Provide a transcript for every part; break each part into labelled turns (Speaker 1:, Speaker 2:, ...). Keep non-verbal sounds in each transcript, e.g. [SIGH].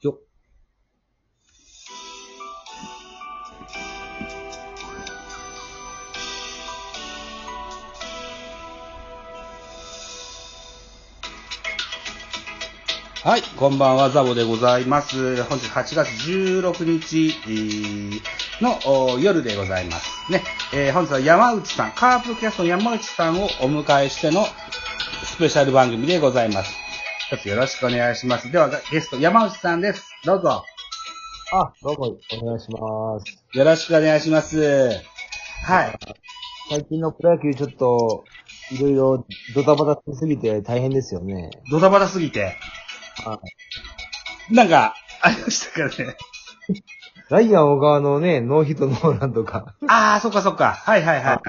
Speaker 1: よっ。はい、こんばんは、ザボでございます。本日8月16日えーのお夜でございます。ね、えー本日は山内さん、カープキャストの山内さんをお迎えしてのスペシャル番組でございます。一つよろしくお願いします。では、ゲスト山内さんです。どうぞ。
Speaker 2: あ、どうも、お願いします。
Speaker 1: よろしくお願いします。はい。
Speaker 2: 最近のプロ野球ちょっと、いろいろドタバタしすぎて大変ですよね。
Speaker 1: ドタバタすぎて。
Speaker 2: は
Speaker 1: なんか、ありましたかね。
Speaker 2: ライアン小川のね、ノーヒットノーランとか、
Speaker 1: ああ、そっかそっか。はいはいはい。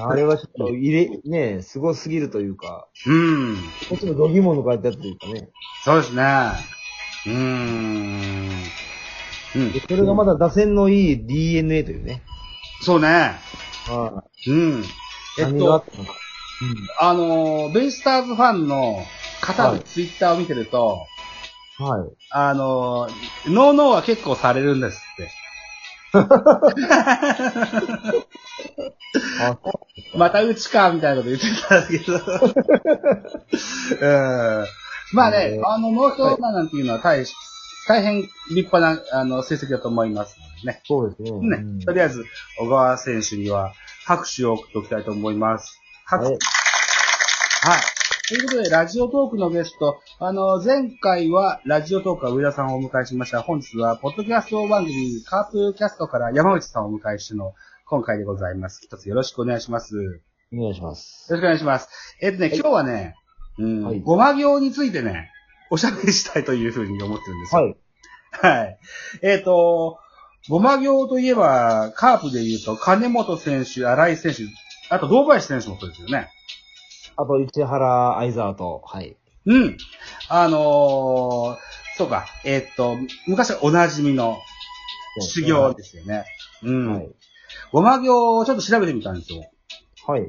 Speaker 2: あれはちょっと入れ、ね、すごすぎるというか、
Speaker 1: うん。
Speaker 2: こっちもどぎも抜かれたというかね。
Speaker 1: そうですね。うーん。うん
Speaker 2: で、。それがまだ打線のいい DNA というね。
Speaker 1: そうね。
Speaker 2: は
Speaker 1: うん。
Speaker 2: い。
Speaker 1: えっ
Speaker 2: 何があ
Speaker 1: と
Speaker 2: っ、たのか。
Speaker 1: あのー、ベイスターズファンの方のツイッターを見てると、
Speaker 2: うん。はい。
Speaker 1: あのー、ノーノーは結構されるんですって。
Speaker 2: あ、そう
Speaker 1: またうちか、みたいなこと言ってたんだけ
Speaker 2: [LAUGHS]
Speaker 1: ど。うん。まあね
Speaker 2: え、ー
Speaker 1: あの、ノートナーなんていうのは大し、大変立派な、あの、成績だと思いますのでね。
Speaker 2: そうですね。う
Speaker 1: ね
Speaker 2: ん、
Speaker 1: とりあえず、小川選手には拍手を送っておきたいと思います。拍手。
Speaker 2: は
Speaker 1: はいい。ということで、ラジオトークのゲスト、あの、前回はラジオトークは上田さんをお迎えしました。本日は、ポッドキャスト番組、カープキャストから山内さんをお迎えしての、今回でございます。一つよろしくお願いします。
Speaker 2: お願いします。
Speaker 1: よろしくお願いします。えっとね、今日はね、うん、
Speaker 2: はい
Speaker 1: ごま行についてね、おしゃべりしたいというふうに思ってるんです
Speaker 2: は
Speaker 1: よ。
Speaker 2: い。
Speaker 1: はい。えっ、と、ごま行といえば、カープで言うと、金本選手、新井選手、あと堂林選手もそうですよね。
Speaker 2: あと、市原相沢と、はい。
Speaker 1: うん。あのーそうか、えっ、と、昔はおなじみの修行ですよね。う
Speaker 2: は
Speaker 1: ん。
Speaker 2: い。
Speaker 1: ごま行をちょっと調べてみたんですよ。
Speaker 2: はい。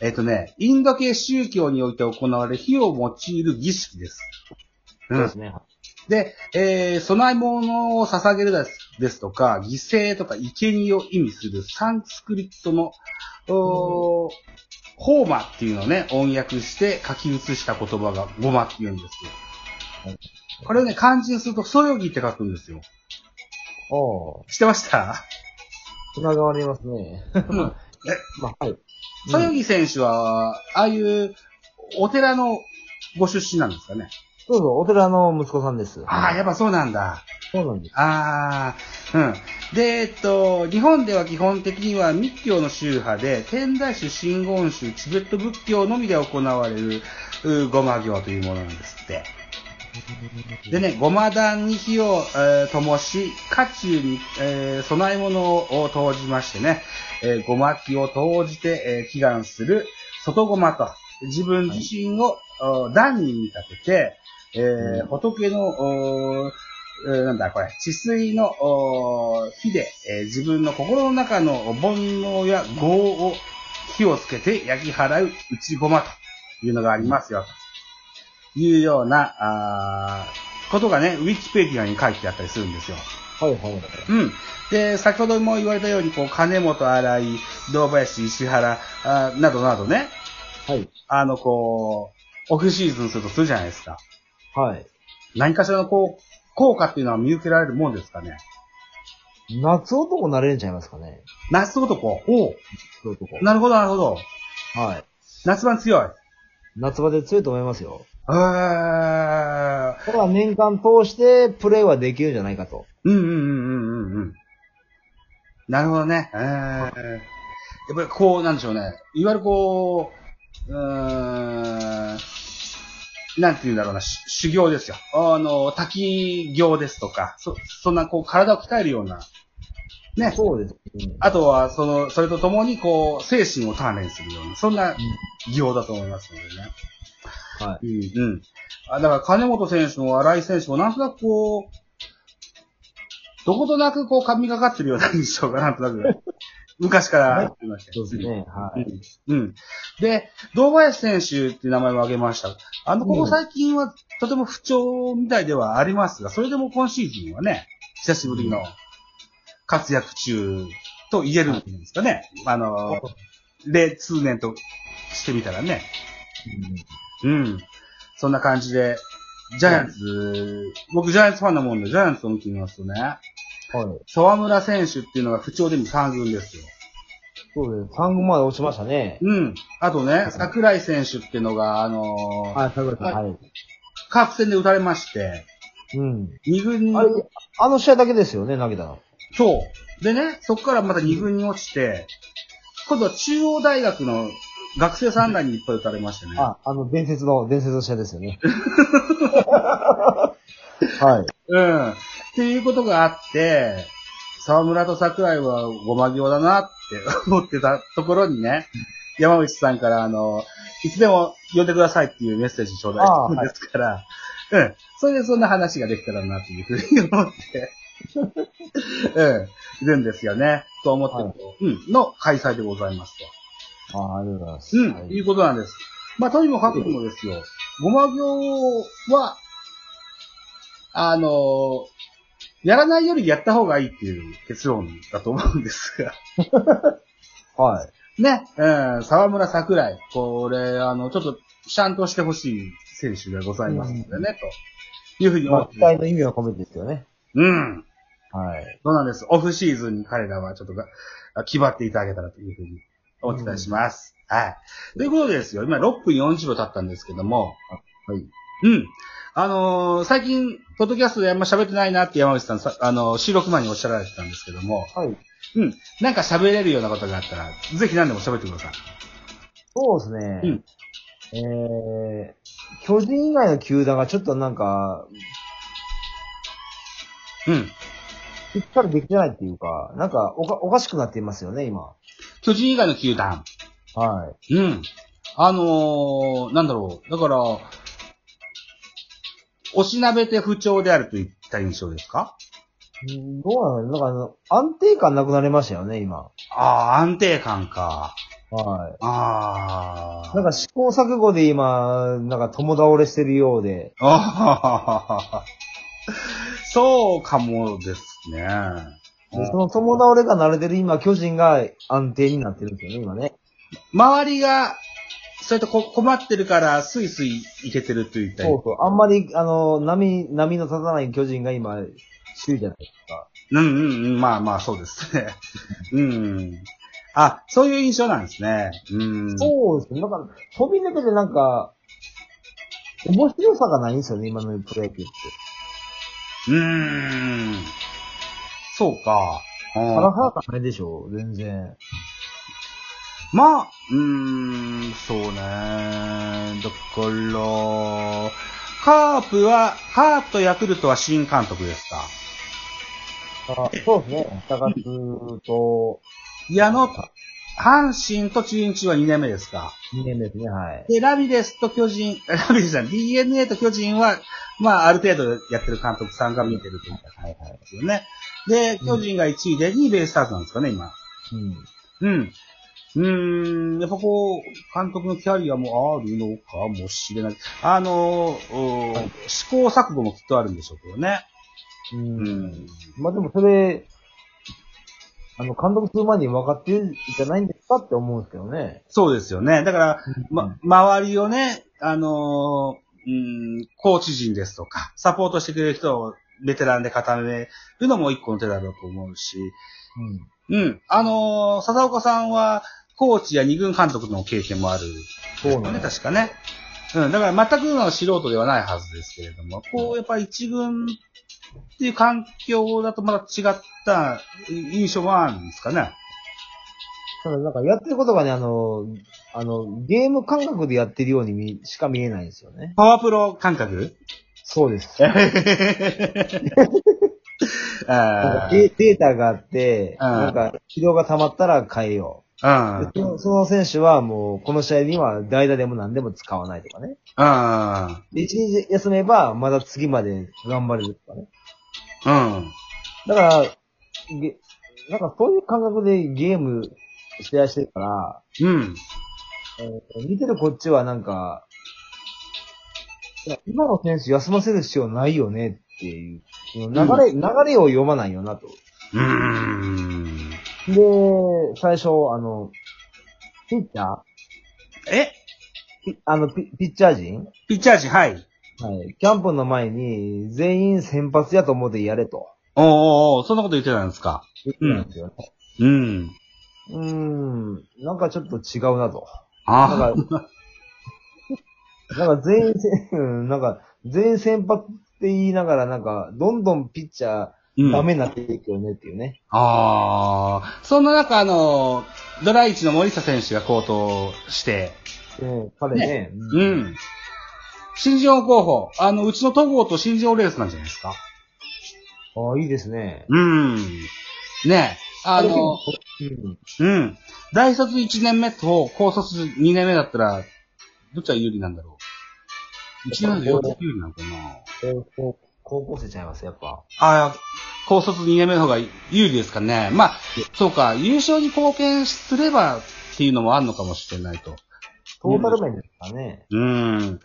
Speaker 1: えっ、とね、インド系宗教において行われ、火を用いる儀式です。う
Speaker 2: そうで
Speaker 1: ん
Speaker 2: す。ね。
Speaker 1: で、えー、供え物を捧げるですですとか、犠牲とか生贄を意味するサンスクリットの、おー、ホーマっていうのをね、音訳して書き写した言葉がゴマって言うんですよ
Speaker 2: はい。
Speaker 1: これをね、漢字にすると、そよぎって書くんですよ。
Speaker 2: おー。
Speaker 1: 知ってました
Speaker 2: [LAUGHS] 繋がりますね。
Speaker 1: ん
Speaker 2: [LAUGHS] まあ、はい。
Speaker 1: そよぎ選手は、ああいう、お寺のご出身なんですかね。
Speaker 2: そうそう、お寺の息子さんです。
Speaker 1: ああ、やっ
Speaker 2: ば
Speaker 1: ぱそうなんだ。
Speaker 2: そうなんです。
Speaker 1: ああ、うん。で、えっと、日本では基本的には密教の宗派で、天台宗、真言宗、チベット仏教のみで行われる、うごま行というものなんですって。でね、ごま壇に火を、えー灯し、家中に、えー供え物を投じましてね、えーごま木を投じて、えー祈願する外ごまと、自分自身を、お壇に見立てて、えー
Speaker 2: うん
Speaker 1: 仏の、おーえーなんだこれ、治水のおー火で、えー自分の心の中の煩悩や業を火をつけて焼き払う内ごまというのがありますよ、というような、あーことがね、ウィキペディアに書いてあったりするんですよ。
Speaker 2: はいはい。
Speaker 1: うん。で、先ほども言われたように、こう、金本荒井、堂林、石原、あーなどなどね、
Speaker 2: はい。
Speaker 1: あの、こう、オフシーズンするとするじゃないですか。
Speaker 2: はい。
Speaker 1: 何かしらのこう、効果っていうのは見受けられるもんですかね。
Speaker 2: 夏男なれるんちゃいますかね。
Speaker 1: 夏男。おう
Speaker 2: 夏男。
Speaker 1: なるほど、なるほど。
Speaker 2: はい。
Speaker 1: 夏版強い。
Speaker 2: 夏場で強いと思いますよ。
Speaker 1: えー。
Speaker 2: ただ年間通してプレーはできるんじゃないかと。
Speaker 1: うんうんうんうんうんうん。なるほどね。えー、やっぱりこう、なんでしょうね。いわゆるこう、うーん、なんていうんだろうな、し修行ですよ。あの、滝行ですとか、そ、そんなこう、体を鍛えるような。ね。
Speaker 2: そうですね。
Speaker 1: あとは、その、それとともに、こう、精神を鍛錬するような、そんな行だと思いますのでね。
Speaker 2: は
Speaker 1: うんうん。あ、だから金本選手も新井選手もなんとなくこう、どことなくこう神がかってるような印象がなんとなく昔からありました
Speaker 2: そうですね。は
Speaker 1: う
Speaker 2: い。
Speaker 1: んうん。で、堂林選手っていう名前を挙げました。あの、ここ最近はとても不調みたいではありますが、それでも今シーズンはね、久しぶりの活躍中と言えるんですかね。あの、で、数年としてみたらね。うん。そんな感じで、ジャイアンツ、僕ジャイアンツファンなもんで、ジャイアンツを見てみますとね、
Speaker 2: うんはい。
Speaker 1: 沢村選手っていうのが不調でも3軍ですよ。
Speaker 2: そうです。3軍まで落ちましたね。
Speaker 1: うん。あとね、桜井選手っていうのが、あのー
Speaker 2: はい、桜井さん。はい。
Speaker 1: カープ戦で打たれまして、
Speaker 2: うん。
Speaker 1: 二軍に
Speaker 2: あ、れ、あの試合だけですよね、投げたの。
Speaker 1: そう。でね、そこからまた二軍に落ちて、今度は中央大学の学生三団にいっぱい打たれましてね。
Speaker 2: あ、あの、伝説の、伝説の試合ですよ
Speaker 1: [LAUGHS]
Speaker 2: ね。はい。
Speaker 1: うん。っていうことがあって、沢村と桜井はごま行だなって思ってたところにね、山口さんからあの、いつでも呼んでくださいっていうメッセージ頂戴
Speaker 2: ああ
Speaker 1: したんですから、うん。それでそんな話ができたらなっていうふうに思って、うん。いるんですよね。と思ってると、うん。の開催でございますと。
Speaker 2: あありがとうございます。
Speaker 1: うん、
Speaker 2: はい
Speaker 1: い、うことなんです。まあ、とにもかくにもですよ、ごま行は、あのーやらないよりやった方がいいっていう結論だと思うんです
Speaker 2: [LAUGHS]
Speaker 1: が。
Speaker 2: はい。
Speaker 1: ね、うん、沢村桜井、これ、あの、ちょっと、ちゃんとしてほしい選手でございますのでね、というふうに
Speaker 2: ま
Speaker 1: 思
Speaker 2: あ、
Speaker 1: っ
Speaker 2: 期
Speaker 1: て
Speaker 2: 待の意味を込めてですよね。
Speaker 1: うん、
Speaker 2: はい。
Speaker 1: そうなんです。オフシーズンに彼らはちょっとが、気張っていただけたらというふうにお伝えします。はい。ということでですよ、今6分40秒経ったんですけども、
Speaker 2: はい。
Speaker 1: うん。あのー最近、ポッドキャストであんま喋ってないなって山口さん、さあのー収録前におっしゃられてたんですけども、
Speaker 2: はい。
Speaker 1: うん。なんか喋れるようなことがあったら、ぜひ何でも喋ってください。
Speaker 2: そうですね。
Speaker 1: うん
Speaker 2: えー、巨人以外の球団がちょっとなんか、
Speaker 1: うん。
Speaker 2: しっかりできてないっていうか、なんかおか、おかしくなっていますよね、今。
Speaker 1: 巨人以外の球団。
Speaker 2: は
Speaker 1: うん。あのーなんだろう。だから、おしなべて不調であるといった印象ですか
Speaker 2: い。うんどうなのなんかあの、安定感なくなりましたよね、今。
Speaker 1: ああ、安定感か。
Speaker 2: は
Speaker 1: あ
Speaker 2: い。
Speaker 1: あ。
Speaker 2: なんか試行錯誤で今、なんか友倒れしてるようで。
Speaker 1: あはははは [LAUGHS] そうかもですね。
Speaker 2: でその友倒れが慣れてる今、巨人が安定になってるんですよね、今ね。
Speaker 1: 周りが、そうやってこ困ってるから、スイスイいけてるというか、
Speaker 2: そうそう。あんまり、あの、波、波の立たない巨人が今、首位じゃないですか。
Speaker 1: うんうんうん、まあまあそうです
Speaker 2: [LAUGHS]
Speaker 1: ね。うん。あ、そういう印象なんですね。うん。
Speaker 2: そうですね。だから、飛び抜けてなんか、面白さがないんですよね、今のプロ野球って。
Speaker 1: うーん。そうか。う
Speaker 2: ハラ
Speaker 1: ん、
Speaker 2: ハラ感ないでしょ、全然。
Speaker 1: まあ、うーん、そうね。だから、カープは、カープとヤクルトは新監督ですか。
Speaker 2: あそうですね。高津と、
Speaker 1: 矢野、阪神と中日は2年目ですか。
Speaker 2: 2年ですね、はい。
Speaker 1: で、ラミレスと巨人、 [LAUGHS] ラミレスじゃない、DNA と巨人は、まあ、ある程度やってる監督さんが見てるという感じですよね。で、巨人が1位で2位ベイスターズなんですかね、今。
Speaker 2: うん。
Speaker 1: うん。うーん、やっぱこう、監督のキャリアもあるのかもしれない。あのー、おー試行錯誤もきっとあるんでしょうけどね。
Speaker 2: うん。
Speaker 1: うん
Speaker 2: まあでもそれ、あの、監督する前に分かってるんじゃないんですかって思うんですけどね。
Speaker 1: そうですよね。だから、ま、周りをね、あのー、うん、コーチ陣ですとか、サポートしてくれる人をベテランで固めるのも一個の手だろうと思うし、
Speaker 2: うん。
Speaker 1: うん。あのー、笹岡さんは、コーチや二軍監督の経験もある。
Speaker 2: そうなん
Speaker 1: ね。
Speaker 2: です。
Speaker 1: 確かね。うん。だから全くの素人ではないはずですけれども、こう、やっぱ一軍っていう環境だとまた違った印象もあるんですかね。
Speaker 2: ただなんかやってることがね、あの、あの、ゲーム感覚でやってるように見しか見えないんですよね。
Speaker 1: パワープロ感 [LAUGHS] 覚
Speaker 2: そうです。
Speaker 1: えへへへへ
Speaker 2: なん
Speaker 1: あ
Speaker 2: かデデータがあって、
Speaker 1: うん
Speaker 2: なんか疲労が溜まったら変えよう。
Speaker 1: あ。
Speaker 2: でそのその選手はもう、この試合には代打でも何でも使わないとかね。
Speaker 1: うん。
Speaker 2: で、一日休めば、まだ次まで頑張れるとかね。
Speaker 1: うん。うん。
Speaker 2: だから、げなんかそういう感覚でゲームシェアしてるから、
Speaker 1: うん。
Speaker 2: えー見てるこっちはなんか、いや今の選手休ませる必要ないよねっていう、その流れ、流れを読まないよなと。
Speaker 1: うーん。
Speaker 2: で、最初、あの、ピッチャー
Speaker 1: え
Speaker 2: ピあのピ、ピッチャー陣
Speaker 1: ピッチャー陣、はい。
Speaker 2: はい。キャンプの前に、全員先発やと思ってやれと。
Speaker 1: おーおーおーそんなこと言ってたんですか。
Speaker 2: 言ってたんですよね。
Speaker 1: うん。
Speaker 2: うーん。なんかちょっと違うなと。なん
Speaker 1: あ
Speaker 2: か、なんか全員せ、うんなんか、全員先発って言いながら、なんか、どんどんピッチャ
Speaker 1: ー、
Speaker 2: ーダ
Speaker 1: うん、
Speaker 2: メになっていくよねっていうね。
Speaker 1: ああ。そんな中、あの、ドラ1の森下選手が高騰して、
Speaker 2: うん、彼ね。
Speaker 1: う
Speaker 2: うん
Speaker 1: ん。新人王候補。あの、うちの戸郷と新人王レースなんじゃないですか。
Speaker 2: ああ、いいですね。
Speaker 1: うん。ねえ。あの、
Speaker 2: うん。
Speaker 1: うん。大卒1年目と高卒2年目だったら、どっちが有利なんだろう。1年目と両方有利なのかな
Speaker 2: 高高校生ちゃいます、やっぱ。
Speaker 1: ああ、高卒2年目の方が有利ですかね。まあ、そうか、優勝に貢献すればっていうのもあるのかもしれないと。
Speaker 2: トータル面ですかね。
Speaker 1: うん。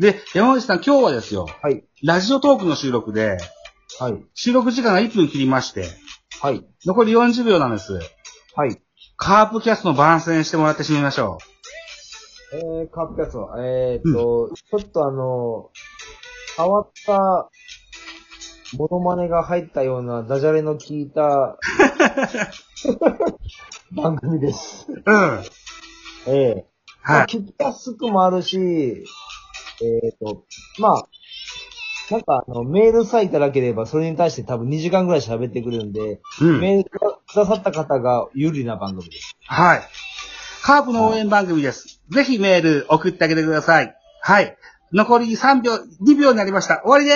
Speaker 1: で、山口さん、今日はですよ、
Speaker 2: はい。
Speaker 1: ラジオトークの収録で、
Speaker 2: はい。
Speaker 1: 収録時間が1分切りまして、
Speaker 2: はい。
Speaker 1: 残り40秒なんです。
Speaker 2: はい。
Speaker 1: カープキャストの番宣してもらってしまいましょ
Speaker 2: えー、カープキャスト。えーっと、ちょっとあの、変わった、モノマネが入ったようなダジャレの効い [LAUGHS] た番組です。
Speaker 1: う。うん。
Speaker 2: ええま
Speaker 1: は
Speaker 2: あ、
Speaker 1: い。
Speaker 2: 聞きやすくもあるし、えっ、と、まあ、なんかあの、メールさえいただければ、それに対して多分2時間ぐらい喋ってくるんで、
Speaker 1: うん。
Speaker 2: メールくださった方が有利な番組です。
Speaker 1: はい。カープの応援番組です。ぜひメール送ってあげてください。はい。残り3秒、2秒になりました。終わりです。